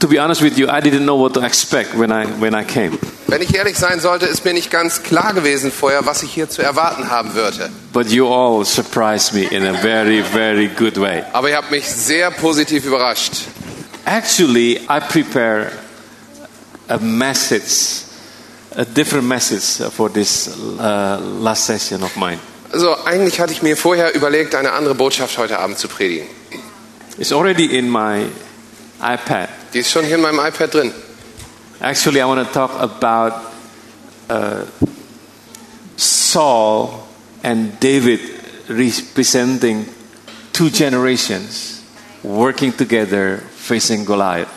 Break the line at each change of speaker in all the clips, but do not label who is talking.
To be honest with you, I didn't know what to expect when I when I came.
Wenn ich ehrlich sein sollte, ist mir nicht ganz klar gewesen vorher, was ich hier zu erwarten haben würde.
But you all surprised me in a very very good way.
Aber ihr habt mich sehr positiv überrascht.
Actually, I prepare a message, a different message for this uh, last session of mine.
Also eigentlich hatte ich mir vorher überlegt, eine andere Botschaft heute Abend zu predigen.
It's already in my iPad.
Die ist schon hier in meinem iPad drin.
Actually, I want to talk about uh, Saul and David representing two generations working together facing Goliath.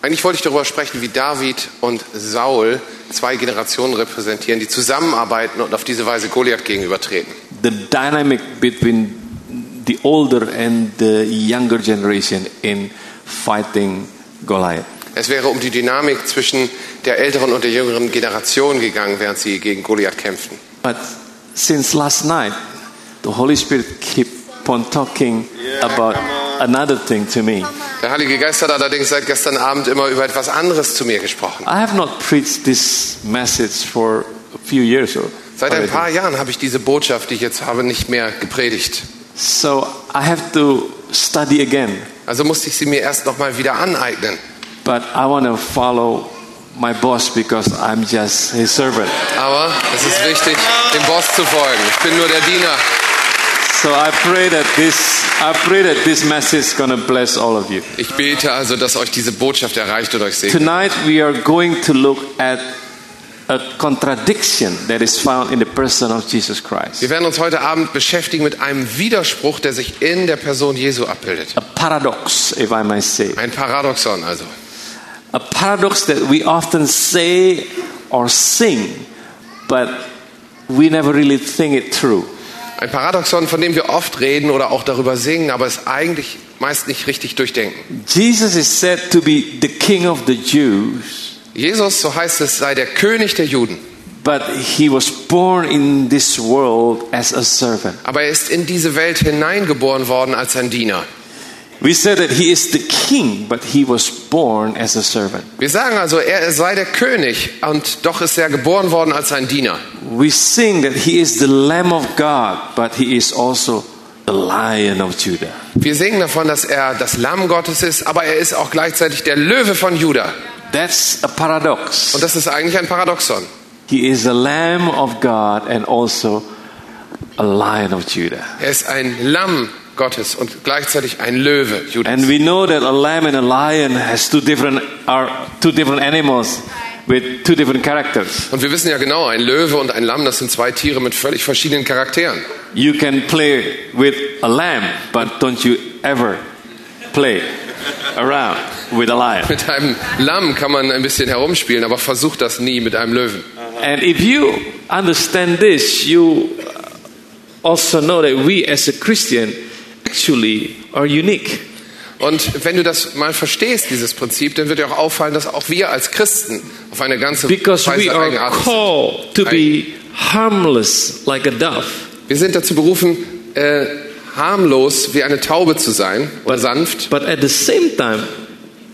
Eigentlich wollte ich darüber sprechen, wie David und Saul zwei Generationen repräsentieren, die zusammenarbeiten und auf diese Weise Goliath gegenübertreten.
The dynamic between the older and the younger generation in fighting Goliath.
Es wäre um die Dynamik zwischen der älteren und der jüngeren Generation gegangen, während sie gegen Goliath kämpften.
But since last night, the Holy Spirit keep on talking about another thing to me.
Der Heilige Geist hat allerdings seit gestern Abend immer über etwas anderes zu mir gesprochen.
I have not preached this message for a few years or
Seit ein
already.
paar Jahren habe ich diese Botschaft, die ich jetzt habe, nicht mehr gepredigt.
So I have to study again,
Also musste ich sie mir erst nochmal wieder aneignen.
but I want to follow my boss because I'm just his servant.
Aber es ist wichtig, dem Boss zu folgen. Ich bin nur der Diener.
So I pray that this I pray that this message is going to bless all of you.
Ich bete also, dass euch diese Botschaft erreicht und euch segnet.
Tonight we are going to look at a contradiction that is found in the person of Jesus Christ.
Wir werden uns heute Abend beschäftigen mit einem Widerspruch, der sich in der Person Jesu abbildet.
A paradox, if I may say.
Ein Paradoxon also.
A paradox that we often say or sing, but we never really think it through.
Ein Paradoxon, von dem wir oft reden oder auch darüber singen, aber es eigentlich meist nicht richtig durchdenken.
Jesus is said to be the king of the Jews,
Jesus, so heißt es, sei der König der Juden.
but he was born in this world as a servant.
Aber er ist in diese Welt hineingeboren worden als ein Diener.
We said that he is the king, but he was born as a servant.
Wir sagen also, er sei der König und doch ist er geboren worden als ein Diener.
We sing that he is the Lamb of God, but he is also the Lion of Judah.
Wir singen davon, dass er das Lamm Gottes ist, aber er ist auch gleichzeitig der Löwe von Juda.
That's a paradox.
Und das ist eigentlich ein Paradoxon.
He is the Lamb of God and also a Lion of Judah.
Er ist ein Lamm Gottes und gleichzeitig ein Löwe
And
Judas.
we know that a lamb and a lion has two different are two different animals with two different characters.
Und wir wissen ja genau, ein Löwe und ein Lamm, das sind zwei Tiere mit völlig verschiedenen Charakteren.
You can play with a lamb, but don't you ever play around with a lion.
Mit einem Lamm kann man ein bisschen herumspielen, aber versucht das nie mit einem Löwen.
And if you understand this, you also know that we as a Christian actually are unique.
Und wenn du das mal verstehst, dieses Prinzip, dann wird dir auch auffallen, dass auch wir als Christen auf eine ganze
Because we
Weise
are
eigenartig sind.
called to be harmless like a dove,
Wir sind dazu berufen, äh, harmlos wie eine Taube zu sein oder sanft.
but at the same time,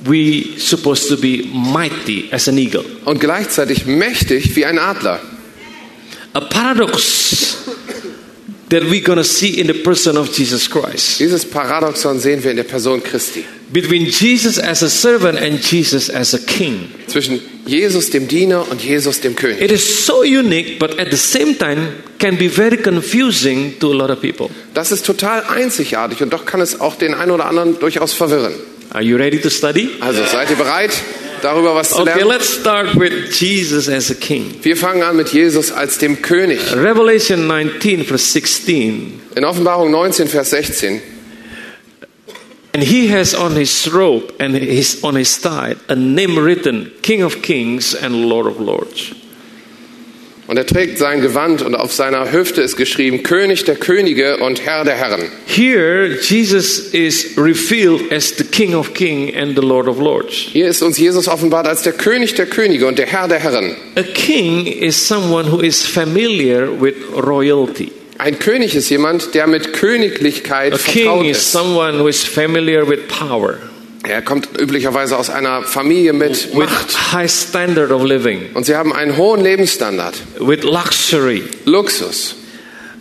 we supposed to be mighty as an eagle.
und gleichzeitig mächtig wie ein Adler.
A paradox that we're going to see in the person of Jesus Christ
Dieses Paradoxon sehen wir in der Person Christi.
between Jesus as a servant and Jesus as a king.
Zwischen Jesus dem Diener und Jesus dem König.
It is so unique, but at the same time can be very confusing to a lot of people.
Das ist total einzigartig und doch kann es auch den einen oder anderen durchaus verwirren.
Are you ready to study?
Also seid ihr bereit, darüber was zu
Okay,
lernen?
let's start with Jesus as a king.
Wir fangen an mit Jesus als dem König.
Revelation 19, verse 16.
In Offenbarung 19, Vers 16.
And he has on his robe and his, on his thigh a name written King of Kings and Lord of Lords.
Und er trägt sein Gewand und auf seiner Hüfte ist geschrieben, König der Könige und Herr der Herren.
Here, Jesus is revealed as the King of Kings and the Lord of Lords.
Hier ist uns Jesus offenbart als der König der Könige und der Herr der Herren.
A king is someone who is familiar with royalty.
Ein König ist jemand, der mit Königlichkeit
A
vertraut
king is
ist.
someone who is familiar with power.
Er kommt üblicherweise aus einer Familie mit
with
Macht
high standard of living,
und sie haben einen hohen Lebensstandard,
with luxury.
Luxus.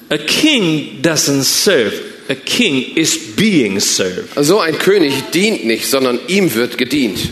A king doesn't serve. A king is being served.
So ein König dient nicht, sondern ihm wird gedient.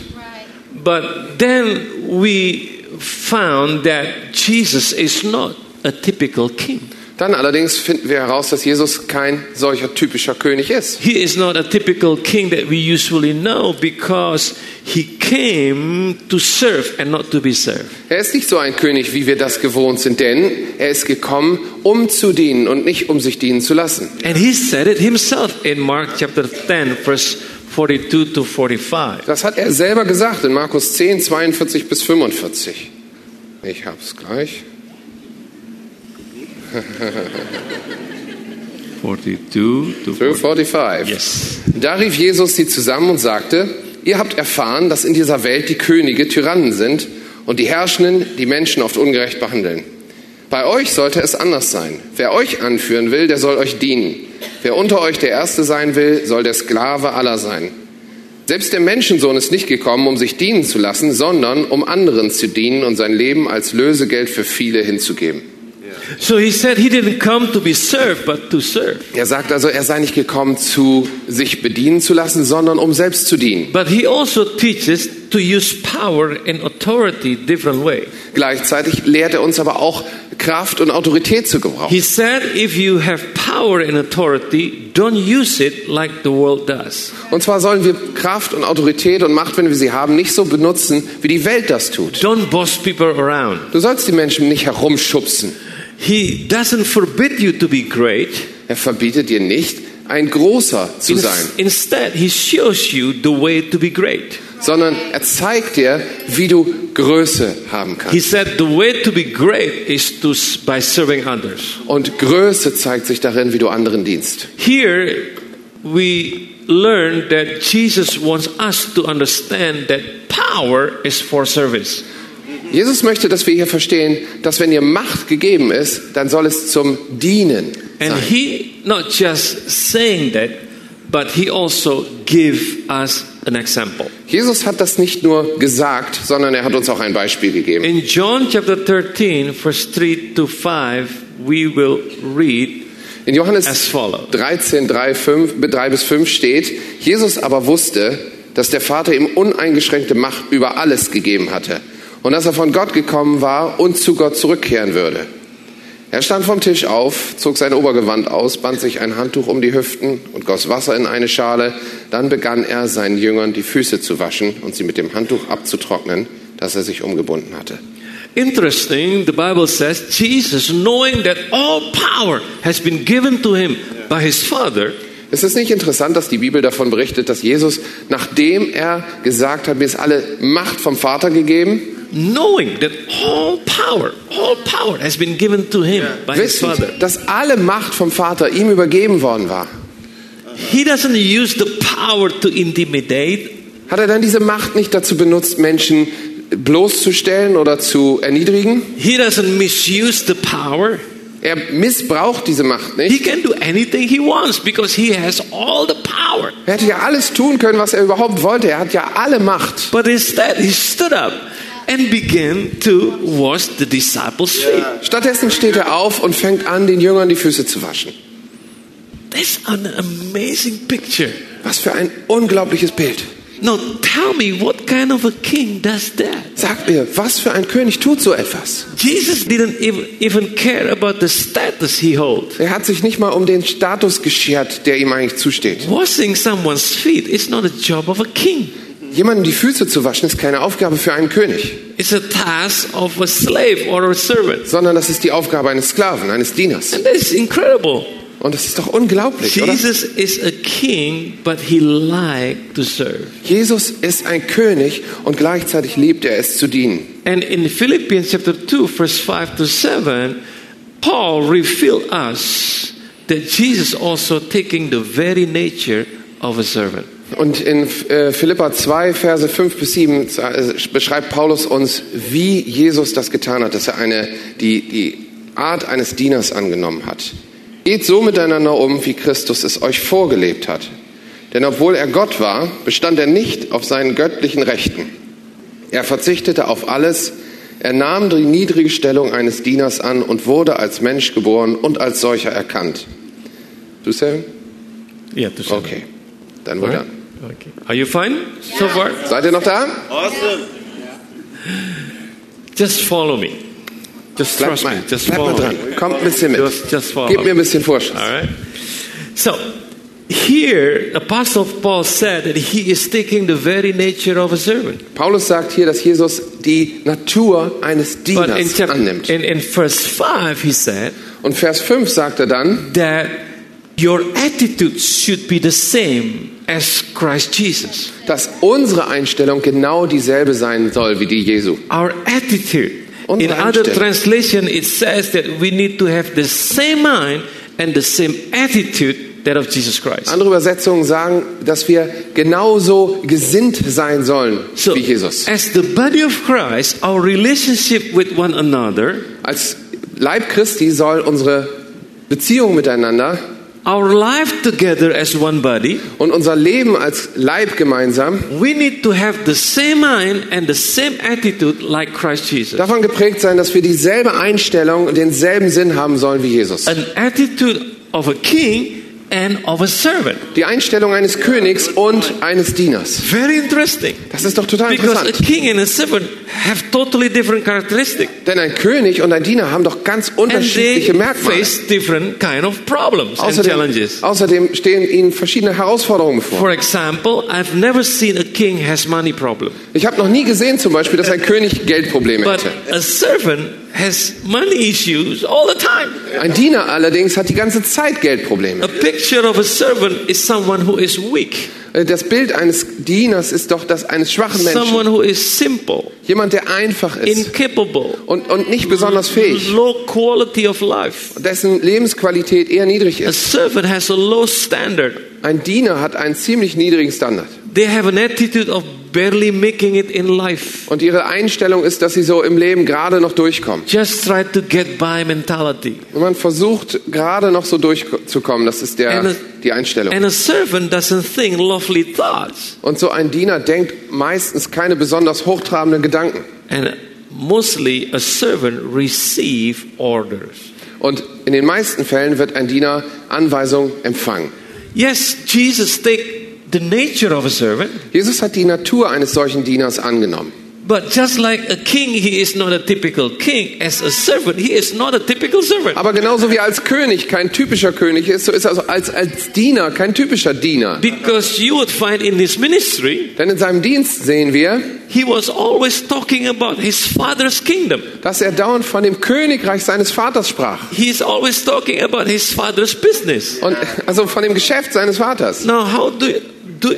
But then we found that Jesus is not a typical king.
Dann allerdings finden wir heraus, dass Jesus kein solcher typischer König ist.
He is not a typical king that we usually know because he came to serve and not to be served.
Er ist nicht so ein König, wie wir das gewohnt sind, denn er ist gekommen, um zu dienen und nicht um sich dienen zu lassen.
And he said it himself in Mark chapter 10, verse 42 to 45.
Das hat er selber gesagt in Markus 10, 42 bis 45. Ich hab's gleich.
42 to
1245.
Yes.
Da rief Jesus sie zusammen und sagte, ihr habt erfahren, dass in dieser Welt die Könige Tyrannen sind und die Herrschenden die Menschen oft ungerecht behandeln. Bei euch sollte es anders sein. Wer euch anführen will, der soll euch dienen. Wer unter euch der Erste sein will, soll der Sklave aller sein. Selbst der Menschensohn ist nicht gekommen, um sich dienen zu lassen, sondern um anderen zu dienen und sein Leben als Lösegeld für viele hinzugeben.
So he said he didn't come to be served, but to serve.
Er sagt also, er sei nicht gekommen, zu sich bedienen zu lassen, sondern um selbst zu dienen.
But he also teaches to use power and authority different way.
Gleichzeitig lehrt er uns aber auch Kraft und Autorität zu gebrauchen.
He said if you have power and authority, don't use it like the world does.
Und zwar sollen wir Kraft und Autorität und Macht, wenn wir sie haben, nicht so benutzen, wie die Welt das tut.
Don't boss people around.
Du sollst die Menschen nicht herumschubsen.
He doesn't forbid you to be great.
Er verbietet dir nicht, ein Großer zu sein,
Instead, he shows you the way to be great.
sondern er zeigt dir, wie du Größe haben
He
kannst.
said the way to be great is to s- by serving others.
Und Größe zeigt sich darin, wie du anderen dienst.
Here we learn that Jesus wants us to understand that power is for service.
Jesus möchte, dass wir hier verstehen, dass wenn dir Macht gegeben ist, dann soll es zum Dienen
And
sein.
he not just saying that, but he also give us an example.
Jesus hat das nicht nur gesagt, sondern er hat uns auch ein Beispiel gegeben.
In John chapter 13 verse 3 to 5 we will read
In Johannes
as follows.
13, 3, 5, 3 bis 5 steht, Jesus aber wusste, dass der Vater ihm uneingeschränkte Macht über alles gegeben hatte und dass er von Gott gekommen war und zu Gott zurückkehren würde. Er stand vom Tisch auf, zog sein Obergewand aus, band sich ein Handtuch um die Hüften und goss Wasser in eine Schale. Dann begann er seinen Jüngern die Füße zu waschen und sie mit dem Handtuch abzutrocknen, das er sich umgebunden hatte.
Interesting, the Bible says Jesus, knowing that all power has been given to him by his Father,
Es ist nicht interessant, dass die Bibel davon berichtet, dass Jesus, nachdem er gesagt hat, mir ist alle Macht vom Vater gegeben,
knowing that all power, all power has been given to him by his Father,
wissend, dass alle Macht vom Vater ihm übergeben worden war,
he doesn't use the power to intimidate,
hat er dann diese Macht nicht dazu benutzt, Menschen bloßzustellen oder zu erniedrigen?
he doesn't misuse the power.
Er missbraucht diese Macht
He
nicht.
can do anything he wants because he has all the power.
Er hätte ja alles tun können, was er überhaupt wollte. Er hat ja alle Macht.
But instead, he stood up and began to wash the disciples' feet.
Stattdessen steht er auf und fängt an, den Jüngern die Füße zu waschen.
That's an amazing picture.
Was für ein unglaubliches Bild.
Now tell me what kind of a king does that?
Sagt mir, was für ein König tut so etwas?
Jesus didn't ev- even care about the status he holds.
Er hat sich nicht mal um den Status geschert, der ihm eigentlich zusteht.
Washing someone's feet is not a job of a king.
Jemandem die Füße zu waschen ist keine Aufgabe für einen König,
It's a task of a slave or a servant.
sondern das ist die Aufgabe eines Sklaven, eines Dieners.
And that's incredible.
Und das ist doch unglaublich, oder?
Jesus is a king, but he liked to serve.
Jesus ist ein König und gleichzeitig liebt er es zu dienen.
And in Philippians chapter 2, verse 5 to 7, Paul revealed us that Jesus also taking the very nature of a servant.
Und in äh, Philippa 2, Verse 5 bis 7 äh, beschreibt Paulus uns, wie Jesus das getan hat, dass er eine, die, die Art eines Dieners angenommen hat. Geht so miteinander um, wie Christus es euch vorgelebt hat. Denn obwohl er Gott war, bestand er nicht auf seinen göttlichen Rechten. Er verzichtete auf alles, er nahm die niedrige Stellung eines Dieners an und wurde als Mensch geboren und als solcher erkannt. Du, Sam?
Yeah, to seven.
Okay, dann wohl dann.
Okay. Are you fine so far?
Seid ihr noch da?
Just follow me. Just
Bleibt
trust
mal,
me. Just
bleibt mal
follow
dran.
me.
Kommt ein bisschen mit.
Just, just follow
Gebt mir ein
me.
bisschen Vorschuss.
All right. So here, Apostle Paul said that he is taking the very nature of a servant.
Paulus sagt hier, dass Jesus die Natur eines
But in,
Dieners
chapter,
annimmt.
in, in verse 5, he said
Und Vers 5 sagt er dann,
that your attitude should be the same as Christ Jesus.
dass unsere Einstellung genau dieselbe sein soll wie die Jesu.
Our attitude. in
Unsere
other
Einstellung.
translation, it says that we need to have the same mind and the same attitude that of Jesus Christ.
Andere Übersetzungen sagen, dass wir genauso gesinnt sein sollen
So,
wie Jesus.
as the body of Christ, our relationship with one another,
Als Leib Christi soll unsere Beziehung miteinander
our life together as one body,
und unser Leben als Leib gemeinsam
we need to have the same mind and the same attitude like Christ Jesus.
davon geprägt sein, dass wir dieselbe Einstellung und denselben Sinn haben sollen wie Jesus.
An attitude of a king and of a servant.
Die Einstellung eines Königs und eines Dieners.
Very interesting.
Das ist doch total
Because a
interessant.
king and a servant have totally different characteristics.
Denn ein König und ein Diener haben doch ganz
And they
unterschiedliche Merkmale.
face different kind of problems and
Außerdem,
challenges.
außerdem stehen ihnen verschiedene Herausforderungen vor.
For example, I've never seen a king has money problem.
Ich habe noch nie gesehen zum Beispiel, dass ein König Geldprobleme
But
hätte.
a servant has money issues all the time.
Ein Diener allerdings hat die ganze Zeit Geldprobleme.
A picture of a servant is someone who is weak,
Äh, Das Bild eines Dieners ist doch das eines schwachen Menschen.
someone who is simple,
Jemand, der einfach ist
incapable,
und, und nicht besonders fähig,
low quality of life.
dessen Lebensqualität eher niedrig
A
ist.
servant has a low standard.
Ein Diener hat einen ziemlich niedrigen Standard.
They have an attitude of barely making it in life.
Und ihre Einstellung ist, dass sie so im Leben gerade noch durchkommen.
Just try to get by mentality.
Und man versucht gerade noch so durchzukommen. Das ist der, die Einstellung.
And a servant doesn't think lovely thoughts.
Und so ein Diener denkt meistens keine besonders hochtrabenden Gedanken.
And mostly a servant receive orders.
Und in den meisten Fällen wird ein Diener Anweisungen empfangen.
Yes, Jesus take the nature of a servant,
Jesus hat die Natur eines solchen Dieners angenommen.
but just like a king, he is not a typical king. As a servant, he is not a typical servant.
Aber genauso wie er als König kein typischer König ist, so ist er also als, als Diener kein typischer Diener.
Because you would find in his ministry,
Denn in seinem Dienst sehen wir,
he was always talking about his father's kingdom.
dass er dauernd von dem Königreich seines Vaters sprach.
He is always talking about his father's business.
Und, also von dem Geschäft seines Vaters.
Now, how do do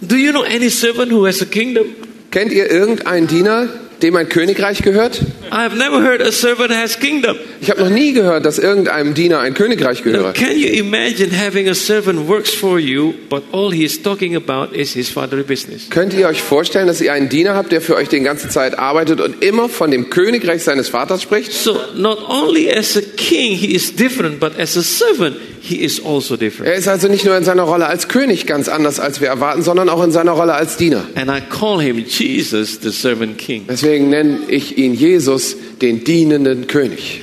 do you know any servant who has a kingdom?
Kennt ihr irgendeinen Diener, dem ein Königreich gehört?
I've never heard a servant has kingdom.
Ich habe noch nie gehört, dass irgendeinem Diener ein Königreich
Now,
gehört.
can you imagine having a servant works for you, but all he is talking about is his father's business?
Könnt ihr euch vorstellen, dass ihr einen Diener habt, der für euch die ganze Zeit arbeitet und immer von dem Königreich seines Vaters spricht?
So not only as a king he is different, but as a servant he is also different.
Er ist also nicht nur in seiner Rolle als König ganz anders, als wir erwarten, sondern auch in seiner Rolle als Diener.
And I call him Jesus, the servant king.
Deswegen nenne ich ihn Jesus, den dienenden König.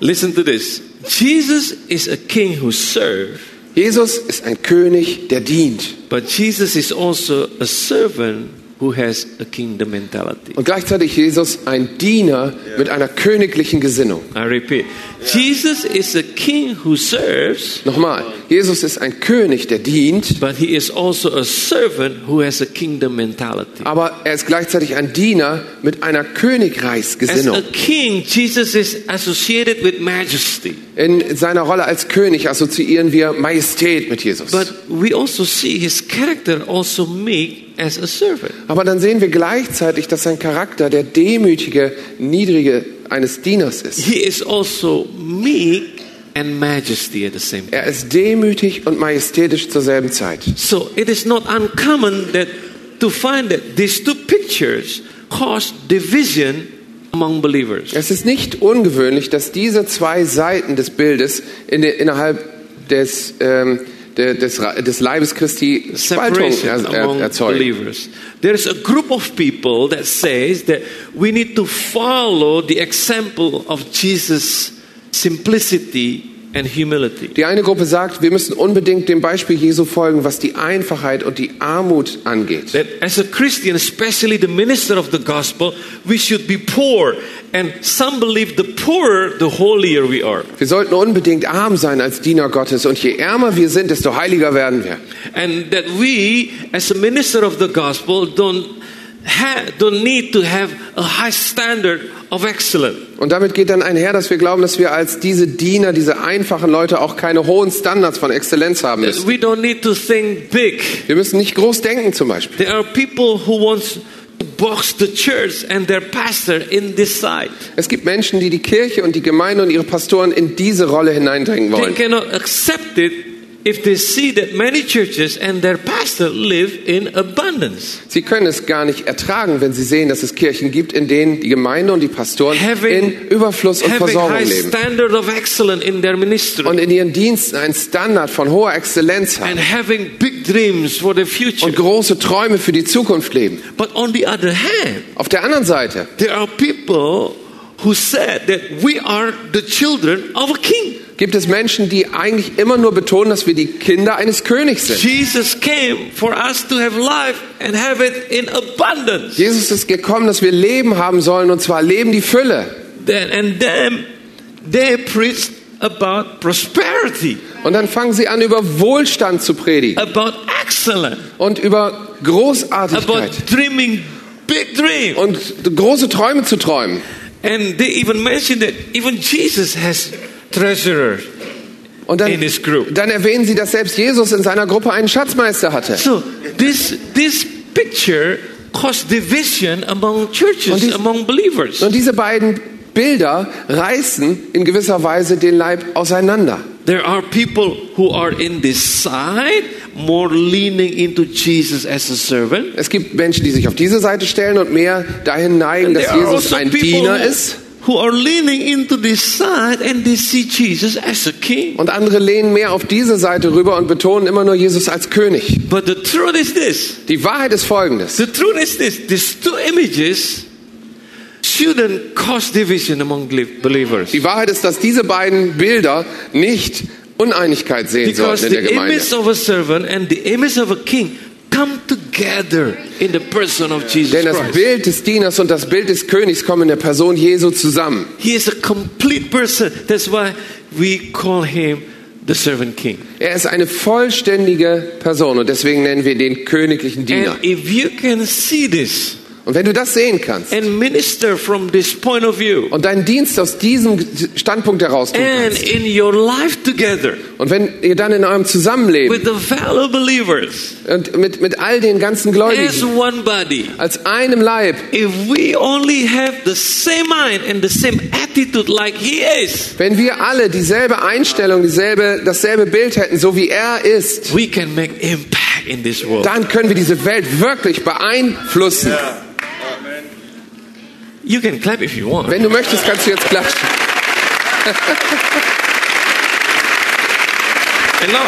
Listen to this. Jesus is a king who serves,
Jesus ist ein König, der dient.
but Jesus is also a servant who has a kingdom mentality.
Und gleichzeitig Jesus ein Diener mit einer königlichen Gesinnung.
I repeat. Jesus is a king who serves,
Nochmal, Jesus ist ein König, der dient,
but he is also a servant who has a kingdom mentality.
aber er ist gleichzeitig ein Diener mit einer
As
Königreichsgesinnung.
a king, Jesus is associated with majesty.
In seiner Rolle als König assoziieren wir Majestät mit Jesus.
But we also see his character also meek as a servant.
Aber dann sehen wir gleichzeitig, dass sein Charakter der demütige, niedrige eines Dieners ist.
He is also meek and majesty at the same time.
Er ist demütig und majestätisch zur selben Zeit.
So it is not uncommon that to find that these two pictures cause division among believers.
Es ist nicht ungewöhnlich, dass diese zwei Seiten des Bildes in der, innerhalb des, ähm, der, des, Ra- des Leibes Christi Spaltung
separation
er,
among
er, erzeugen.
believers. There is a group of people that says that we need to follow the example of Jesus' simplicity and humility.
Die eine Gruppe sagt, wir müssen unbedingt dem Beispiel Jesu folgen, was die Einfachheit und die Armut angeht.
That as a Christian, especially the minister of the gospel, we should be poor. And some believe the poorer, the holier we are.
Wir sollten unbedingt arm sein als Diener Gottes und je ärmer wir sind, desto heiliger werden wir.
And that we, as a minister of the gospel, don't, ha- don't need to have a high standard of excellence.
Und damit geht dann einher, dass wir glauben, dass wir als diese Diener, diese einfachen Leute auch keine hohen Standards von Exzellenz haben müssen.
We don't need to think big.
Wir müssen nicht groß denken zum Beispiel.
There are people who wants to box the church and their pastor in this side.
Es gibt Menschen, die die Kirche und die Gemeinde und ihre Pastoren in diese Rolle hineindrängen
They
wollen.
cannot accept it if they see that many churches and their pastor live in abundance.
Sie können es gar nicht ertragen, wenn sie sehen, dass es Kirchen gibt, in denen die Gemeinde und die Pastoren in Überfluss und
having
Versorgung
high
leben
standard of excellence in their ministry
und in ihren Diensten einen Standard von hoher Exzellenz
and
haben
having big dreams for the
und
future.
große Träume für die Zukunft leben.
But on the other hand,
Auf der anderen Seite
there are people who said that we are the children of a king.
gibt es Menschen, die eigentlich immer nur betonen, dass wir die Kinder eines Königs sind.
Jesus came for us to have life and have it in abundance.
Jesus ist gekommen, dass wir Leben haben sollen und zwar Leben die Fülle.
Then, and then they preached about prosperity,
Und dann fangen sie an, über Wohlstand zu predigen
about excellence,
und über
about
Großartigkeit
dreaming big dreams.
und große Träume zu träumen.
And they even mentioned that even Jesus has treasurers.
Und dann,
In his group.
dann erwähnen sie, dass selbst Jesus in seiner Gruppe einen Schatzmeister hatte.
So this this picture caused division among
Und
churches,
dies-
among believers.
Und diese beiden Bilder reißen in gewisser Weise den Leib auseinander.
There are people who are in this side, more leaning into Jesus as a servant.
Es gibt Menschen, die sich auf diese Seite stellen und mehr dahin neigen, dass
There are
Jesus
also
ein
people
Diener
who-
ist.
Who are leaning into this side and they see Jesus as a king.
Und andere lehnen mehr auf diese Seite rüber und betonen immer nur Jesus als König.
But the truth is this.
Die Wahrheit ist folgendes.
The truth is this. These two images shouldn't cause division among belie- believers.
Die Wahrheit ist, dass diese beiden Bilder nicht Uneinigkeit sehen
Because
sollten in der
the
Gemeinde.
image of a servant and the image of a king come together in the person of Jesus
Denn das
Christ.
Bild des Dieners und das Bild des Königs kommen in der Person Jesu zusammen.
He is a complete person. That's why we call him the servant king.
Er ist eine vollständige Person und deswegen nennen wir ihn den königlichen Diener.
And if you can see this,
Und wenn du das sehen kannst
and minister from this point of view
und deinen Dienst aus diesem Standpunkt heraus tun
and
kannst
in your life together
und wenn ihr dann in eurem Zusammenleben
with the fellow believers
und mit, mit all den ganzen
as
Gläubigen
one body
als einem Leib,
if we only have the same mind and the same attitude like he is
wenn wir alle dieselbe Einstellung, dieselbe, dasselbe Bild hätten, so wie er ist,
we can make impact in this world
dann können wir diese Welt wirklich beeinflussen.
you can clap if you want
Wenn du möchtest, kannst du jetzt klatschen.
and now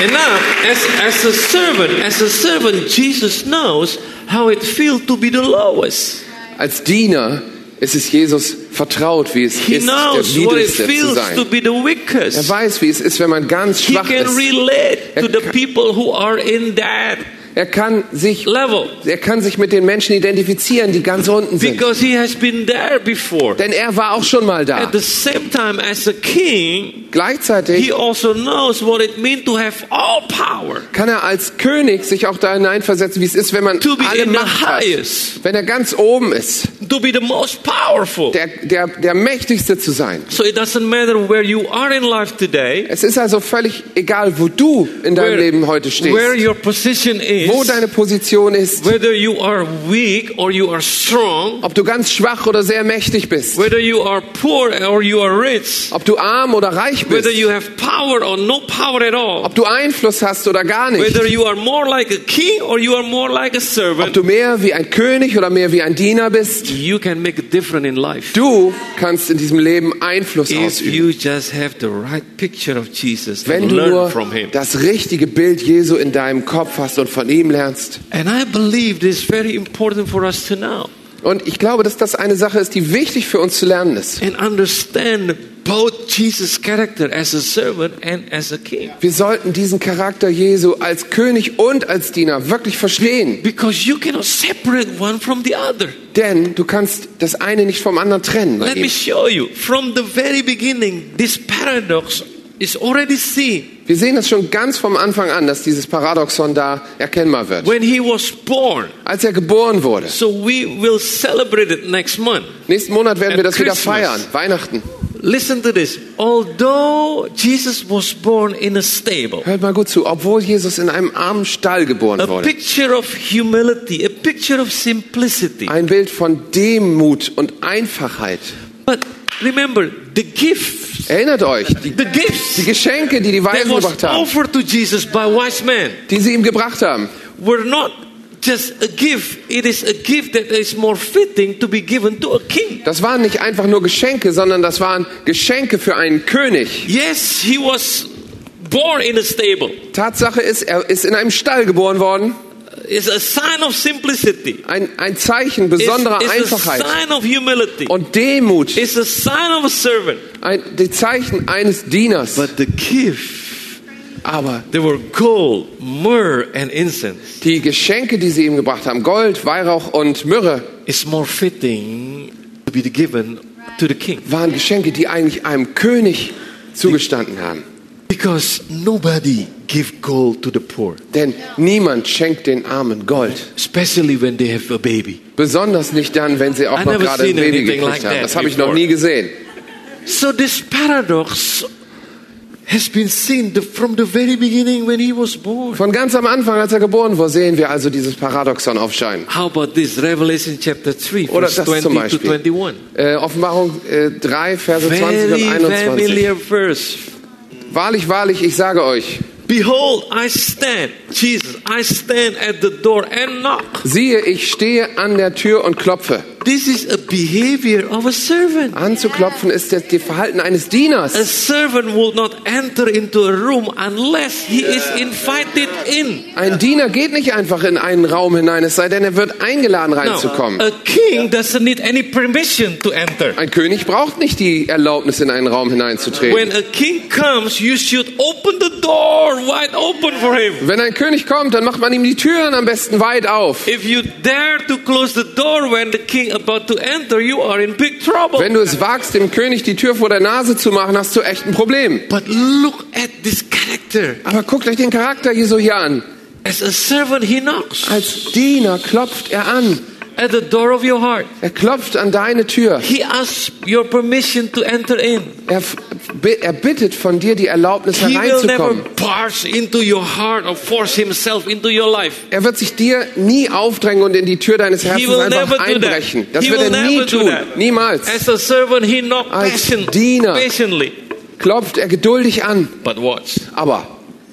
and now as, as a servant as a servant jesus knows how it feels to be the lowest
Als Diener ist es Jesus vertraut, wie es
he
ist, der
knows what it
Niedrigste zu
feels
sein.
to be the weakest
Er weiß, wie es ist, wenn man ganz
He
schwach
can
ist.
relate to
Er
the
kann-
people who are in that
Er kann sich,
level
er kann sich mit den Menschen identifizieren, die ganz unten sind.
because he has been there before.
Denn er war auch schon mal da.
At the same time, as a king, he
Gleichzeitig
also knows what it means to have all power,
kann er als König sich auch da hineinversetzen, wie es ist, wenn man
to be
alle
in the
Macht hat.
highest,
Wenn er ganz oben ist,
to be the most powerful.
der, der, der Mächtigste zu sein.
So it doesn't matter where you are in life today,
Es ist also völlig egal, wo du in deinem
where,
Leben heute
where
stehst,
your position is,
wo
is,
deine Position ist,
whether you are weak or you are strong,
ob du ganz schwach oder sehr mächtig bist,
whether you are poor or you are rich,
ob du arm oder reich
whether
bist,
you have power or no power at all,
ob du Einfluss hast oder gar nicht,
whether you are more like a king or you are more like a
ob
servant,
du mehr wie ein König oder mehr wie ein Diener bist.
you can make a difference in life.
Du kannst in diesem Leben Einfluss
If
ausüben.
you just have the right picture of Jesus
Wenn
and
du
learn
nur
from him.
das richtige Bild Jesu in deinem Kopf hast und von ihm lernst.
And I believe this is very important for us to know
Und ich glaube, dass das eine Sache ist, die wichtig für uns zu lernen ist.
and understand both Jesus' character as a servant and as a king.
Wir sollten diesen Charakter Jesu als König und als Diener wirklich verstehen.
Because you cannot separate one from the other.
Denn du kannst das eine nicht vom anderen trennen. Bei
Let me
ihm.
show you. From the very beginning, this paradox is already seen.
Wir sehen das schon ganz vom Anfang an, dass dieses Paradoxon da erkennbar wird.
When he was born,
Als er geboren wurde.
so we will celebrate it next month.
Nächsten Monat werden wir
At
das wieder
Christmas.
feiern. Weihnachten.
Listen to this. Although Jesus was born in a stable,
Hört mal gut zu. Obwohl Jesus in einem armen Stall geboren
a
wurde.
picture of humility, a picture of simplicity.
Ein Bild von Demut und Einfachheit.
But remember, the gifts,
Erinnert euch, die,
the
die
gifts
Geschenke, die die
that
Weisen
was
gebracht haben,
offered to Jesus by wise men
die sie ihm gebracht haben,
were not just a gift. It is a gift that is more fitting to be given to a king.
das waren nicht einfach nur Geschenke, sondern das waren Geschenke für einen König.
Yes, he was born in a stable.
Tatsache ist, er ist in einem Stall geboren worden.
It's a sign of simplicity.
Ein, ein Zeichen
It's,
besonderer
it's a
Einfachheit
sign of humility.
und Demut.
It's a sign of a servant.
Ein, die Zeichen eines Dieners.
But the gift
Aber
There were gold, myrrh, and incense.
die Geschenke, die sie ihm gebracht haben, Gold, Weihrauch und Myrrhe,
It's more fitting to be given to the king
waren Geschenke, die eigentlich einem König zugestanden haben.
because nobody give gold to the poor,
Denn niemand schenkt den Armen Gold.
especially when they have a baby.
Besonders nicht dann, wenn sie auch
I
mal
never
gerade ein
seen
Baby
anything
gekriegt
like
haben.
that
Das habe ich noch
before.
nie gesehen.
So this paradox has been seen the- from the very beginning when he was born.
Von ganz am Anfang, als er geboren wurde, sehen wir also dieses Paradoxon aufscheinen.
How about this Revelation chapter 3
Oder
verse
das
20
zum
to
Beispiel.
21.
Äh, Offenbarung äh, 3, Verse 20
Very
und 21.
familiar verse.
Wahrlich, wahrlich, ich sage euch,
Behold, I stand, Jesus, I stand at the door and knock.
siehe, ich stehe an der Tür und klopfe.
This is a behavior of a servant.
Anzuklopfen ist das die Verhalten eines
A
Dieners.
servant will not enter into a room unless he is invited in.
Ein Diener geht nicht einfach in einen Raum hinein, es sei denn, er wird eingeladen reinzukommen.
a king doesn't need any permission to enter.
Ein König braucht nicht die Erlaubnis, in einen Raum hineinzutreten.
When a king comes, you should open the door wide open for him.
Wenn ein König kommt, dann macht man ihm die Türen am besten weit auf.
If you dare to close the door when the king about to enter, you are in big trouble.
Wenn du es wagst, dem König die Tür vor der Nase zu machen, hast du echt ein Problem.
But look at this character.
Aber guckt euch den Charakter Jesu hier an.
As a servant, he knocks
Als Diener klopft er an.
at the door of your heart.
Er klopft an deine Tür.
He asks your permission to enter in.
Er, f- bi- er bittet von dir die Erlaubnis
He will
hereinzukommen.
never barge into your heart or force himself into your life.
Er wird sich dir nie aufdrängen und in die Tür deines
He
Herzens
will never
einfach
do that.
einbrechen. Das
he
wird
will
er nie
never do
tun.
that.
Niemals.
As a servant, he knocked
Als
passion,
Diener.
patiently.
Klopft er geduldig an.
But watch.
Aber,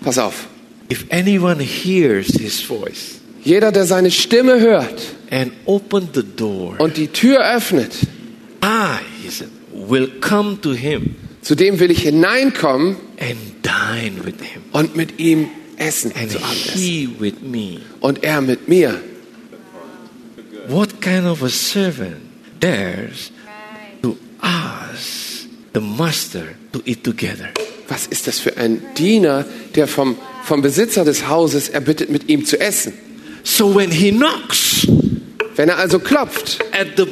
pass auf.
If anyone hears his voice
Jeder, der seine Stimme hört
and open the door,
und die Tür öffnet,
I, he said, will come to him
zu dem will ich hineinkommen
and dine with him,
und mit ihm essen.
and
Zu Abend essen.
he with me.
und er mit mir.
What kind of a servant dares to ask the master to eat together?
Was ist das für ein Diener, der vom, vom Besitzer des Hauses erbittet, mit ihm zu essen?
So when he knocks
Wenn er also klopft
at the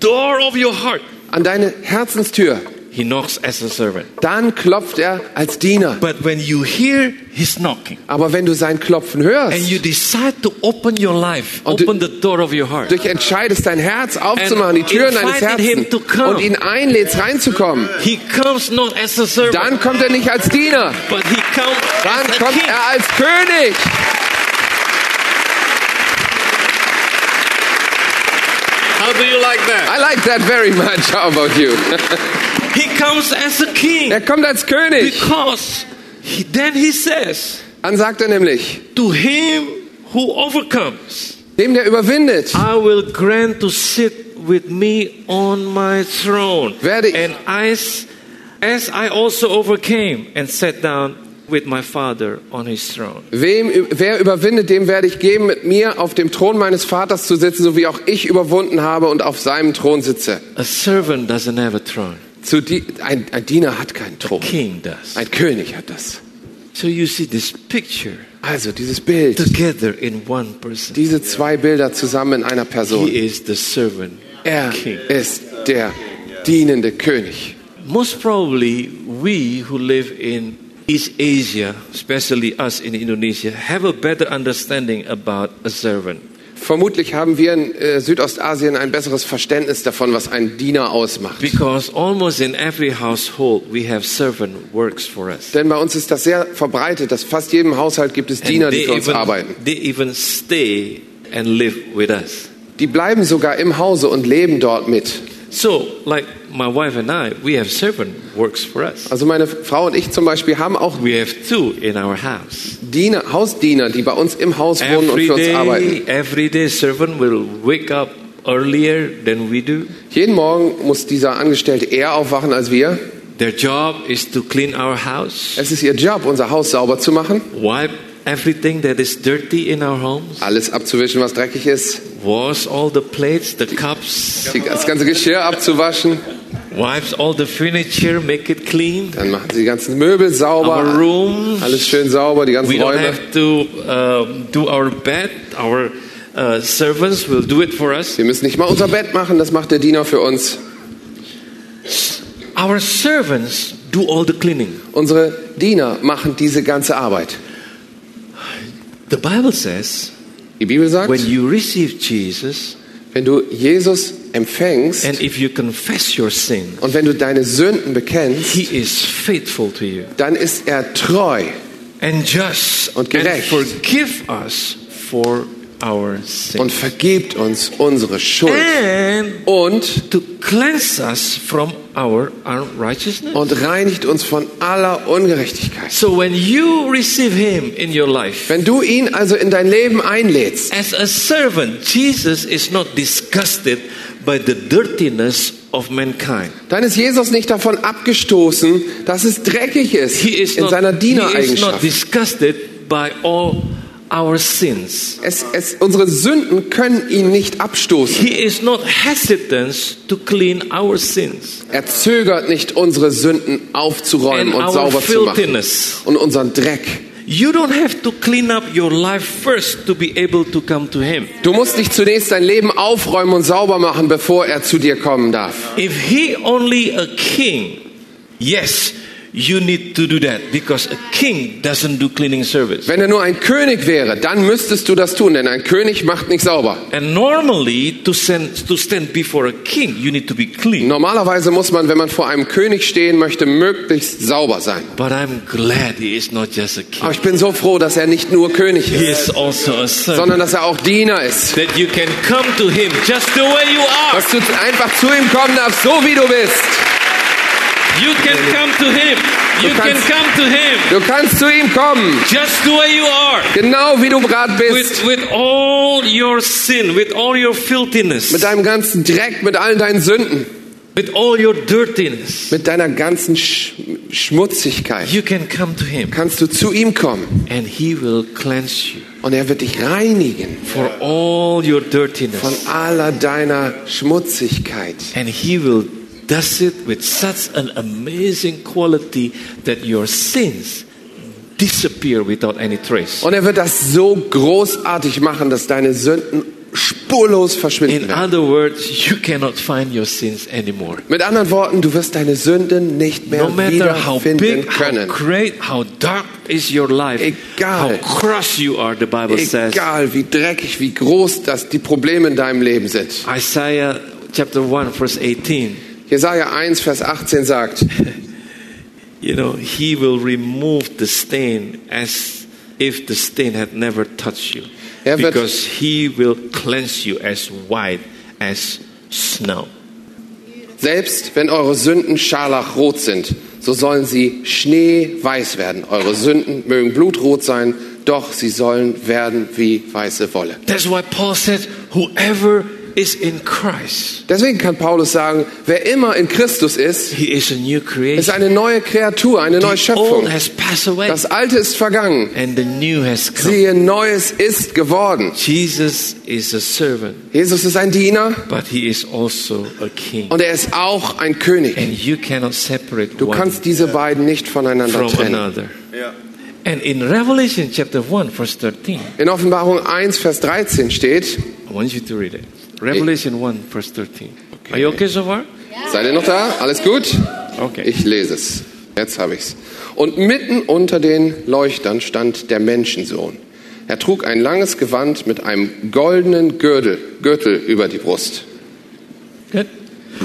door of your heart,
an deine Herzenstür,
he knocks as a servant.
dann klopft er als Diener.
But when you hear his knocking
Aber wenn du sein Klopfen
and
hörst,
you decide to open your life,
Und du-
open the door of your heart,
dich entscheidest, dein Herz aufzumachen, die
And
Türen deines
invited him
Herzens
to come.
und ihn einlädst, reinzukommen,
he comes not as a servant,
dann kommt er nicht als Diener,
but he comes
dann
as a
kommt
king.
er als König.
do you like that?
I like that very much. How about you?
He comes as a king
Er kommt als König.
because he, then he says,
Dann sagt er nämlich,
To him who overcomes,
dem der überwindet,
I will grant to sit with me on my throne.
Werde ich-
and I, s- as I also overcame and sat down with my father on his throne.
wem, wer überwindet, dem werde ich geben, mit mir auf dem Thron meines Vaters zu sitzen, so wie auch ich überwunden habe und auf seinem Thron sitze.
A servant doesn't have a throne,
Zu die, ein, ein Diener hat keinen Thron.
king does.
Ein König hat das.
So you see this picture
Also dieses Bild,
together in one person.
diese zwei Bilder zusammen in einer Person.
He is the servant
Er
king.
ist der dienende König.
Most probably, we who live in East Asia, especially us in Indonesia, have a better understanding about a servant.
Vermutlich haben wir in äh, Südostasien ein besseres Verständnis davon, was ein Diener ausmacht.
Because almost in every household, we have servant works for us.
Denn bei uns ist das sehr verbreitet, dass fast jedem Haushalt gibt es
And
Diener, die
they,
für uns
even,
arbeiten.
they even stay and live with us.
Die bleiben sogar im Hause und leben dort mit.
So, like my wife and I, we have servant works for us.
Also meine Frau und ich zum Beispiel haben auch
We have two in our house.
Diener, Hausdiener, die bei uns im Haus wohnen und
Every
für uns arbeiten.
day, every day, servant will wake up earlier than we do.
Jeden Morgen muss dieser Angestellte eher aufwachen als wir.
Their job is to clean our house,
Es ist ihr Job, unser Haus sauber zu machen,
wipe everything that is dirty in our homes,
alles abzuwischen, was dreckig ist,
wash all the plates, the cups,
die- das ganze Geschirr abzuwaschen,
wipes all the furniture, make it clean.
dann machen sie die ganzen Möbel
Our
sauber,
rooms,
alles schön sauber, die
we
ganzen
don't
Räume.
have to um, do our bed. Our uh, servants will do it for us.
Wir müssen nicht mal unser Bett machen, das macht der Diener für uns.
Our servants do all the cleaning.
Unsere Diener machen diese ganze Arbeit.
The Bible says
Die Bibel sagt,
when you receive Jesus
wenn du Jesus empfängst
and if you confess your sin,
und wenn du deine Sünden bekennst,
He is faithful to you.
dann ist er treu
and just
Und
and
gerecht.
forgive us for our sins
und vergibt uns unsere Schuld
and
und,
to cleanse us from our unrighteousness.
und reinigt uns von aller Ungerechtigkeit.
So when you receive Him in your life
Wenn du ihn also in dein Leben einlädst,
as a servant, Jesus is not disgusted by the dirtiness of mankind.
dann ist Jesus nicht davon abgestoßen, dass es dreckig ist
He is
in
not,
seiner
he is not
Dienereigenschaft.
disgusted by all our sins.
Es, es, unsere Sünden können ihn nicht abstoßen.
He is not hesitant to clean our sins
Er zögert nicht, unsere Sünden
and
aufzuräumen und
our
sauber zu machen.
filthiness.
Und unseren Dreck.
You don't have to clean up your life first to be able to come to Him.
Du musst nicht zunächst dein Leben aufräumen und sauber machen, bevor er zu dir kommen darf.
If He only a king, yes, you need to do that because a king doesn't do cleaning service.
Wenn er nur ein König wäre, dann müsstest du das tun, denn ein König macht nicht sauber.
And normally, to, send, to stand before a king, you need to be clean.
Normalerweise muss man, wenn man vor einem König stehen möchte, möglichst sauber sein.
But I'm glad He is not just a king,
Aber ich bin so froh, dass er nicht nur König
He is
ist,
also a son.
sondern dass er auch Diener ist.
That you can come to Him just the way you are.
Dass du einfach zu ihm kommen darfst, so wie du bist.
You can come to Him. You can come to Him
Du kannst zu ihm kommen,
just the way you are.
genau wie du gerade bist.
with, with all your sin, with all your filthiness,
Mit deinem ganzen Dreck, mit allen deinen Sünden,
with all your dirtiness,
mit deiner ganzen Sch Schmutzigkeit
you can come to Him
kannst du zu ihm kommen
and He will cleanse you
und er wird dich reinigen
for all your
von
dirtiness.
aller deiner Schmutzigkeit.
And He will does it with such an amazing quality that your sins disappear without any trace.
Und er wird das so großartig machen, dass deine Sünden spurlos verschwinden
In
werden.
other words, you cannot find your sins anymore.
Mit anderen Worten, du wirst deine Sünden nicht mehr
No matter how
wiederfinden
big, how
können.
great, how dark is your life,
Egal.
how cross you are, the Bible says.
Egal wie dreckig, wie groß das die Probleme in deinem Leben sind.
Isaiah chapter 1 verse 18
Jesaja 1, Vers 18 sagt,
you know he will remove the stain as if the stain had never touched you
Er wird-
because he will cleanse you as white as snow.
Selbst wenn eure Sünden scharlachrot sind, so sollen sie schneeweiß werden. Eure Sünden mögen blutrot sein, doch sie sollen werden wie weiße Wolle.
That's why Paul said, Whoever is in Christ,
Deswegen kann Paulus sagen, wer immer in Christus ist,
he is a new
ist
creation.
eine neue Kreatur, eine neue
The old
Schöpfung.
has passed away
Das Alte ist vergangen.
and the new has come.
Siehe, Neues ist geworden.
Jesus is a servant,
Jesus ist ein Diener
but he is also a king.
und er ist auch ein König.
And you cannot separate
Du
one
kannst diese beiden nicht voneinander
from
trennen.
another. And in Revelation chapter 1, verse 13,
In Offenbarung 1, Vers 13 steht,
I want you to read it. Revelation 1, verse 13. Are you okay so far?
seid ihr noch da? Alles gut?
Okay.
Ich lese es. Jetzt habe ich's. Und mitten unter den Leuchtern stand der Menschensohn. Er trug ein langes Gewand mit einem goldenen Gürtel, Gürtel über die Brust.
Good.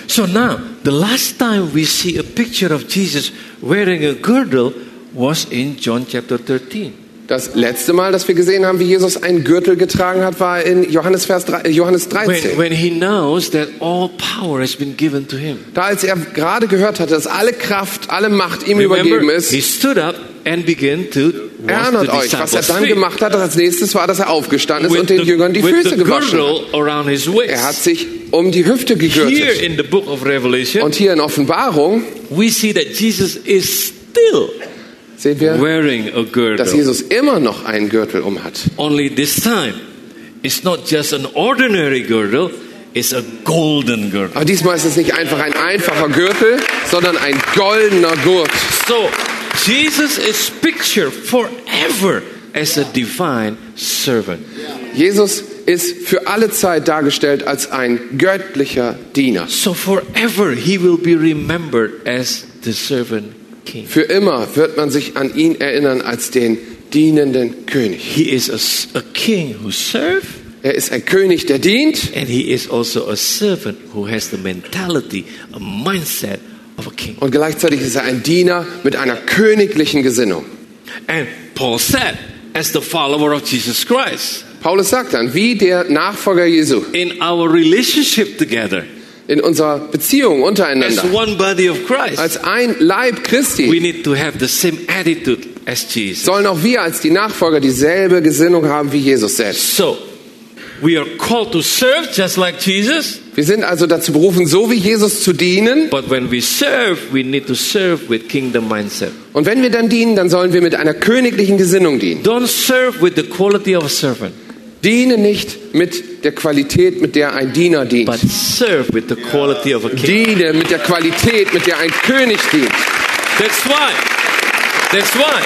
So now, the last time we see a picture of Jesus wearing a girdle was in John chapter 13.
Das letzte Mal, dass wir gesehen haben, wie Jesus einen Gürtel getragen hat, war in Johannes, Vers, drei- äh, Johannes
When,
13.
when he knows that all power has been given to him.
Da, als er gerade gehört hatte, dass alle Kraft, alle Macht ihm übergeben
Remember,
ist,
he stood up and began to wash the
erinnert euch, was er
disciples'
dann
feet
gemacht hat. Als nächstes war, dass er aufgestanden ist
with
und den
the,
Jüngern die
with
Füße
the
gewaschen hat.
girdle around his waist.
Er hat sich um die Hüfte
Here
gegürtet.
in the book of Revelation,
Und hier in Offenbarung
we see that Jesus is still
sehen wir,
wearing a
dass
girdle.
Jesus immer noch einen Gürtel um hat.
Only this time, it's not just an ordinary girdle, it's a golden girdle.
Aber diesmal ist es nicht einfach ein einfacher Gürtel, sondern ein goldener Gurt.
So, Jesus is pictured forever as a divine servant.
Jesus ist für alle Zeit dargestellt als ein göttlicher Diener.
So, forever he will be remembered as the servant king.
Für immer wird man sich an ihn erinnern als den dienenden König.
He is a s- a, king who serves,
Er ist ein König, der dient
and he is also a servant who has the mentality, a mindset of a king.
und gleichzeitig ist er ein Diener mit einer königlichen Gesinnung.
And Paul said, as the follower of Jesus Christ,
Paulus sagt dann, wie der Nachfolger Jesu
in our relationship together,
in unserer Beziehung
as
untereinander,
one body of Christ,
als ein Leib
we
Christi,
need to have the same attitude as Jesus.
sollen auch wir als die Nachfolger dieselbe Gesinnung haben wie Jesus selbst.
So, we are called to serve just like Jesus,
Wir sind also dazu berufen, so wie Jesus zu dienen.
but when we serve, we need to serve with kingdom mindset.
Und wenn wir dann dienen, dann sollen wir mit einer königlichen Gesinnung dienen.
Don't serve with the quality of a servant,
Diene nicht mit der Qualität, mit der ein Diener dient.
but serve with the quality of a king.
Diene mit der Qualität, mit der ein König dient.
That's why. That's why.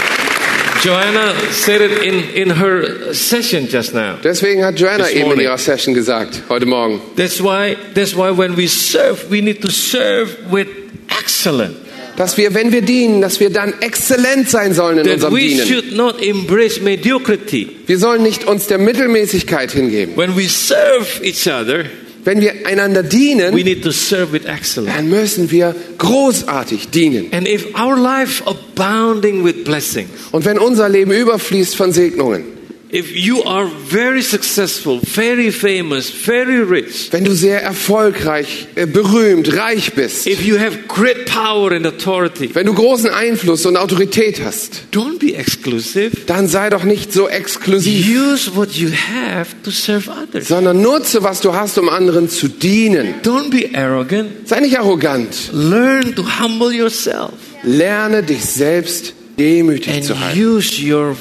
Joanna said it in, in her session just now.
Deswegen hat Joanna
This
eben in
morning.
ihrer Session gesagt, heute Morgen.
That's why, that's why when we serve, we need to serve with excellence.
Dass wir, wenn wir dienen, dass wir dann exzellent sein sollen in
That
unserem
we
Dienen.
should not embrace mediocrity.
Wir sollen nicht uns der Mittelmäßigkeit hingeben.
When we serve each other,
Wenn wir einander
we
dienen,
need to serve with excellence.
dann müssen wir großartig dienen.
And if our life abounding with blessings,
Und wenn unser Leben überfließt von Segnungen,
if you are very successful, very famous, very rich,
Wenn du sehr erfolgreich, äh, berühmt, reich bist,
if you have great power and authority,
wenn du großen Einfluss und Autorität hast,
don't be exclusive.
dann sei doch nicht so exklusiv,
Use what you have to serve others.
sondern nutze, was du hast, um anderen zu dienen.
Don't be arrogant.
Sei nicht arrogant.
Learn to humble yourself.
Lerne dich selbst demütig
and
zu halten.
use your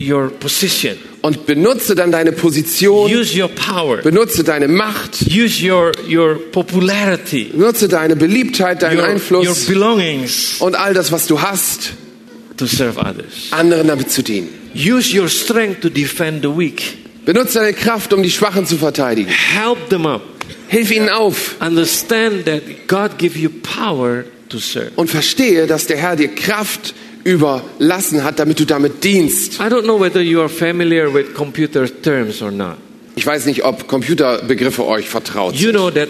your position
Und benutze dann deine Position,
use your power
benutze deine Macht,
use your your popularity
benutze deine Beliebtheit, deinen
your, your
Einfluss
belongings
und all das, was du hast,
to serve others
anderen damit zu dienen.
use your strength to defend the weak
Benutze deine Kraft, um die Schwachen zu verteidigen.
help them up
Hilf ihnen auf
understand that god give you power to serve
und verstehe, dass der Herr dir Kraft überlassen hat, damit du damit dienst.
i don't know whether you are familiar with computer terms or not
Ich weiß nicht, ob Computerbegriffe euch vertraut
you
sind.
know that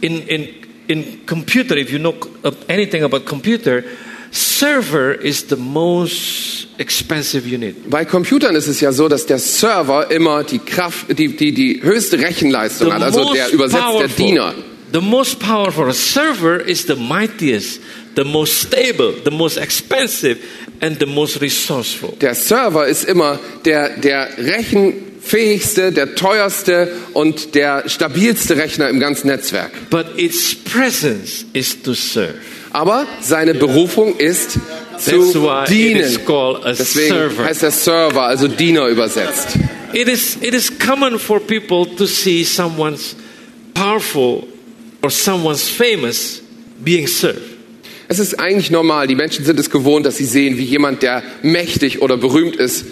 in in in computer if you know uh, anything about computer server is the most expensive unit
Bei Computern ist es ja so, dass der Server immer die Kraft, die, die, die höchste Rechenleistung
The
hat, also
most
der übersetzt der
powerful.
Diener.
The most powerful server is the mightiest, the most stable, the most expensive, and the most resourceful.
Der Server ist immer der, der rechenfähigste, der teuerste und der stabilste Rechner im ganzen Netzwerk.
But its presence is to serve.
Aber seine Berufung ist
That's
zu
why it is
dienen.
called a
Deswegen
server.
heißt der Server, also Diener übersetzt.
It is, it is common for people to see someone's powerful or someone's famous being served.
Es ist eigentlich normal, die Menschen sind es gewohnt, dass sie sehen, wie jemand, der mächtig oder berühmt ist,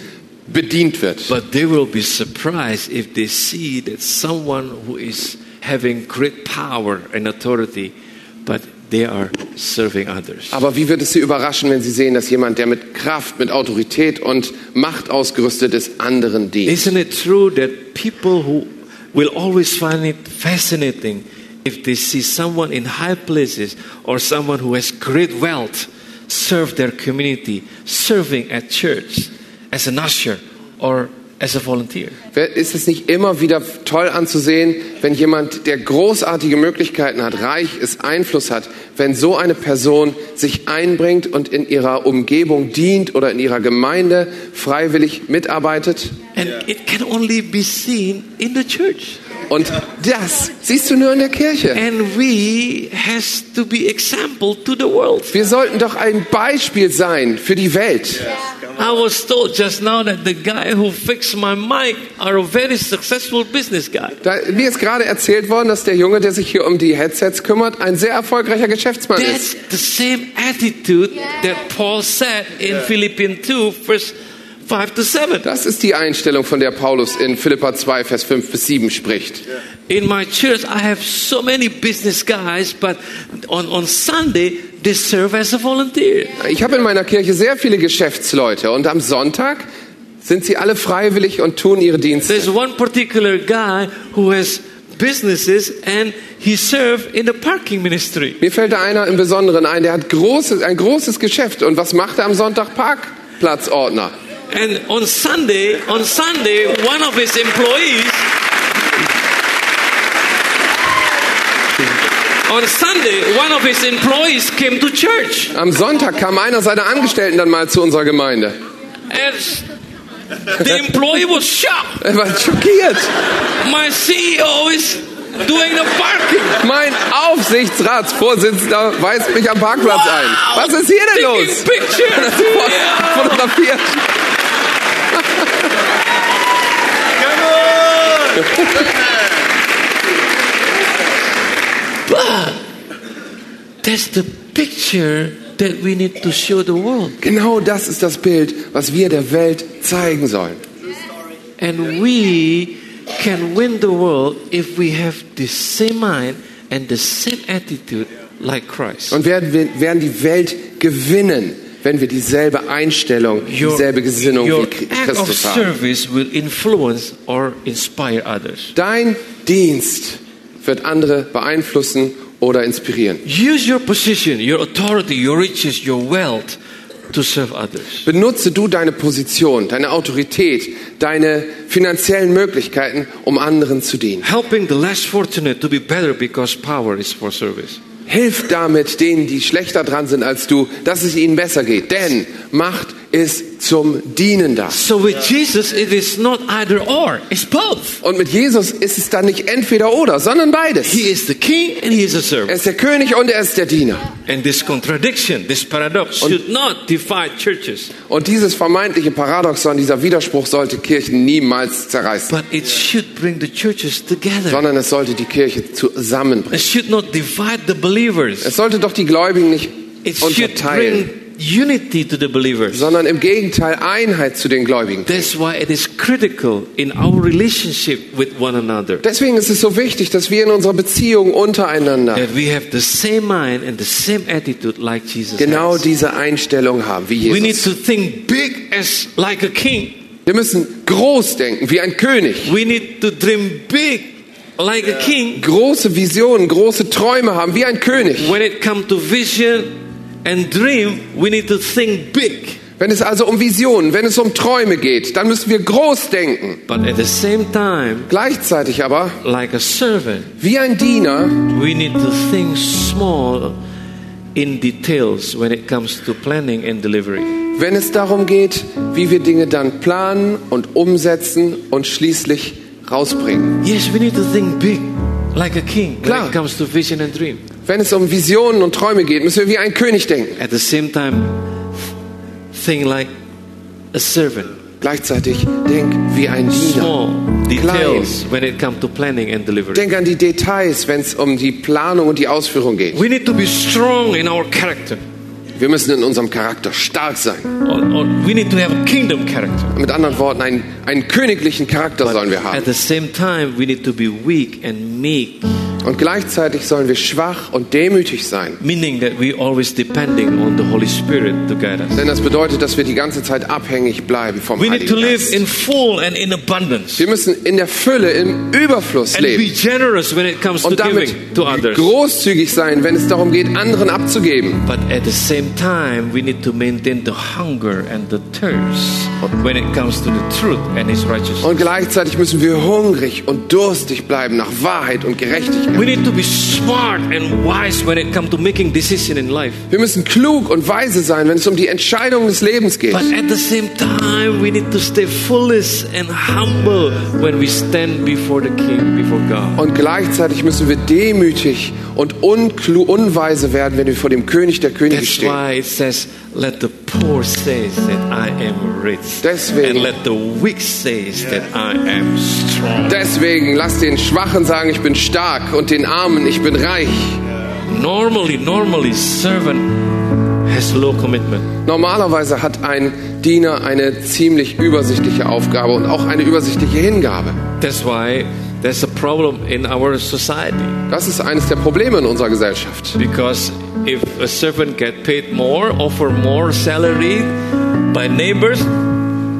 bedient wird.
But they will be surprised if they see that someone who is having great power and authority, but they are serving others.
Aber wie wird es sie überraschen, wenn sie sehen, dass jemand, der mit Kraft, mit Autorität und Macht ausgerüstet ist, anderen dient?
Isn't it true that people who will always find it fascinating if they see someone in high places or someone who has great wealth serve their community, serving at church as an usher or as a volunteer?
Wer- Ist es nicht immer wieder toll anzusehen, wenn jemand, der großartige Möglichkeiten hat, reich ist, Einfluss hat, wenn so eine Person sich einbringt und in ihrer Umgebung dient oder in ihrer Gemeinde freiwillig mitarbeitet?
And it can only be seen in the church.
Und das siehst du nur in der Kirche.
And we has to be example to the world.
Wir sollten doch ein Beispiel sein für die Welt.
I was told just now that the guy who fixed my mic are a very successful business guy.
Da, mir ist gerade erzählt worden, dass der Junge, der sich hier um die Headsets kümmert, ein sehr erfolgreicher Geschäftsmann ist.
That's the same attitude that Paul said in Philippians 2, verse 5 to 7.
Das ist die Einstellung, von der Paulus in Philippa 2, Vers 5 bis 7 spricht.
In my church, I have so many business guys, but on, on Sunday, they serve as a volunteer.
Ich habe in meiner Kirche sehr viele Geschäftsleute und am Sonntag sind sie alle freiwillig und tun ihre Dienste.
There's one particular guy who has businesses and he served in the parking ministry.
Mir fällt da einer im Besonderen ein, der hat großes, ein großes Geschäft und was macht er am Sonntag? Parkplatzordner.
And on Sunday, on Sunday, one of his employees. On Sunday, one of his employees came to church.
Am Sonntag kam einer seiner Angestellten dann mal zu unserer Gemeinde.
And the employee was shocked.
Er war schockiert.
My CEO is doing the parking.
Mein Aufsichtsratsvorsitzender weist mich am Parkplatz
Wow.
ein. Was ist hier denn
Taking
los?
pictures. Yeah.
Fotografiert.
That's the picture that we need to show the world.
Genau das ist das Bild, was wir der Welt zeigen sollen.
And we can win the world if we have the same mind and the same attitude like Christ.
Und werden, wir, werden die Welt gewinnen, wenn wir dieselbe Einstellung, dieselbe Gesinnung
your
wie
act of
Christus haben.
service will influence or inspire others.
Dein Dienst wird andere beeinflussen oder inspirieren.
Use your position, your authority, your riches, your wealth to serve others.
Benutze du deine Position, deine Autorität, deine finanziellen Möglichkeiten, um anderen zu dienen.
Helping the less fortunate to be better because power is for service.
Hilf damit denen, die schlechter dran sind als du, dass es ihnen besser geht. Denn Macht ist zum Dienen da.
So with Jesus, it is not either or, it's both.
Und mit Jesus ist es dann nicht entweder oder, sondern beides.
He is the king and he is a servant.
Er ist der König und er ist der Diener.
And this contradiction, this paradox, should not divide churches,
Und dieses vermeintliche Paradoxon, dieser Widerspruch sollte Kirchen niemals zerreißen,
but it should bring the churches together.
sondern es sollte die Kirche zusammenbringen.
It should not divide the believers.
Es sollte doch die Gläubigen nicht
It should
unterteilen,
bring unity to the believers.
sondern im Gegenteil Einheit zu den Gläubigen.
That's why it is critical in our relationship with one another
Deswegen ist es so wichtig, dass wir in unserer Beziehung untereinander
that we have the same mind and the same attitude like Jesus.
genau
has.
diese Einstellung haben wie
We need
Jesus.
to think big as like a king.
Wir müssen groß denken, wie ein König.
We need to dream big like a king.
Große Visionen, große Träume haben, wie ein König.
When it comes to vision and dream, we need to think big.
Wenn es also um Visionen, wenn es um Träume geht, dann müssen wir groß denken.
But at the same time,
Gleichzeitig aber,
like a servant,
wie ein Diener,
we need to think small in details when it comes to planning and delivery.
wenn es darum geht, wie wir Dinge dann planen und umsetzen und schließlich rausbringen.
Yes, we need to think big, like a king, when
Klar.
it comes to vision and dream.
Wenn es um Visionen und Träume geht, müssen wir wie ein König denken.
At the same time, think like a servant.
Gleichzeitig denk wie ein
Small
Diener.
details when it comes to planning and delivery.
Denk an die Details, wenn es um die Planung und die Ausführung geht.
We need to be strong in our character.
Wir müssen in unserem Charakter stark sein.
Or, or we need to have a kingdom character.
Mit anderen Worten, einen, einen königlichen Charakter sollen wir haben.
At the same time, we need to be weak and meek,
Und gleichzeitig sollen wir schwach und demütig sein.
meaning that we always depending on the Holy Spirit to guide us.
Denn das bedeutet, dass wir die ganze Zeit abhängig bleiben vom
We need to
Heiligen
live
Geist.
in full and in abundance,
Wir müssen in der Fülle, im Überfluss
and be
leben.
generous when it comes to
Und damit
giving to others.
großzügig sein, wenn es darum geht, anderen abzugeben.
But at the same time, we need to maintain the hunger and the thirst when it comes to the truth and His righteousness.
Und gleichzeitig müssen wir hungrig und durstig bleiben nach Wahrheit und Gerechtigkeit.
We need to be smart and wise when it comes to making decision in life.
Wir müssen klug und weise sein, wenn es um die Entscheidungen des Lebens geht.
But at the same time, we need to stay foolish and humble when we stand before the King, before God.
Und gleichzeitig müssen wir demütig und unklu unweise werden, wenn wir vor dem König der Könige
That's
stehen.
why it says, "Let the poor say that I am rich,
Deswegen-
and let the weak say that I am strong."
Deswegen lasst den Schwachen sagen, ich bin stark und den Armen, ich bin reich.
Normally, normally, servant has low commitment.
Normalerweise hat ein Diener eine ziemlich übersichtliche Aufgabe und auch eine übersichtliche Hingabe.
That's why there's a problem in our society
Das ist eines der Probleme in unserer Gesellschaft.
because if a servant get paid more, offer more salary by neighbors,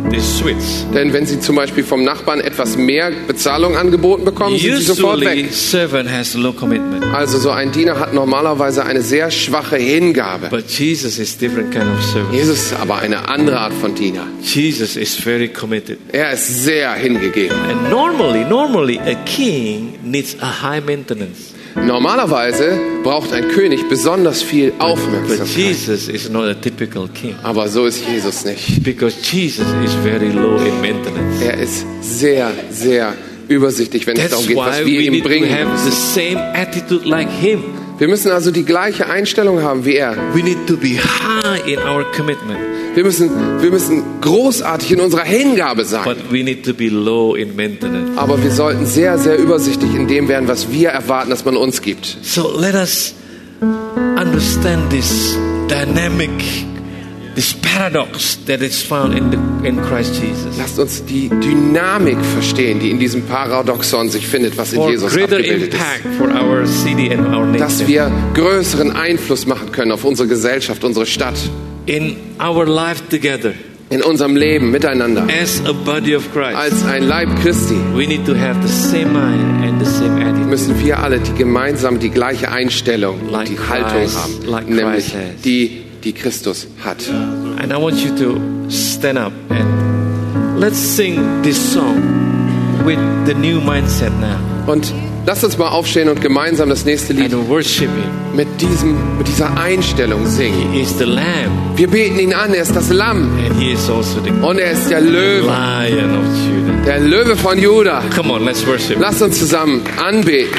they switch.
Denn wenn sie zum Beispiel vom Nachbarn etwas mehr Bezahlung angeboten bekommen, sind sie sofort
Usually,
weg.
servant has low commitment,
Also so ein Diener hat normalerweise eine sehr schwache Hingabe.
but Jesus is different kind of servant.
Jesus ist aber eine andere Art von Diener.
Jesus is very committed.
Er ist sehr hingegeben.
And normally, normally a king needs a high maintenance,
Normalerweise braucht ein König besonders viel
but
Aufmerksamkeit.
Jesus is not a typical king
Aber so ist Jesus nicht.
because Jesus is very low in maintenance.
Er ist sehr, sehr übersichtlich, wenn es darum
That's
geht,
why
was wir
we
ihm
need to
bringen.
have the same attitude like him.
Wir müssen also die gleiche Einstellung haben wie er.
We need to be high in our commitment,
Wir müssen, wir müssen großartig in unserer Hingabe sein.
but we need to be low in maintenance.
Aber wir sollten sehr, sehr übersichtlich in dem werden, was wir erwarten, dass man uns gibt.
So let us understand this dynamic, this paradox that is found in, the, in Christ Jesus.
Lasst uns die Dynamik verstehen, die in diesem Paradoxon sich findet, was in
For
Jesus
greater
abgebildet ist.
impact for our city and our
Dass
nation.
wir größeren Einfluss machen können auf unsere Gesellschaft, unsere Stadt,
In our life together,
in unserem Leben miteinander.
as a body of Christ,
Als ein Leib Christi
we need to have the same mind and the same attitude.
müssen wir alle die gemeinsam die gleiche Einstellung,
Like
die Haltung
Christ,
haben,
like
nämlich
Christ has.
die, die Christus hat.
And I want you to stand up and let's sing this song with the new mindset now
Und lasst uns mal aufstehen und gemeinsam das nächste Lied
and worship Him.
mit, diesem, mit dieser Einstellung singen.
He is the Lamb
Wir beten ihn an, er ist das Lamm
and He is also the
und er ist der Löwe,
Lion of Judah.
der Löwe von Juda.
Come on, let's worship.
Lasst uns zusammen anbeten.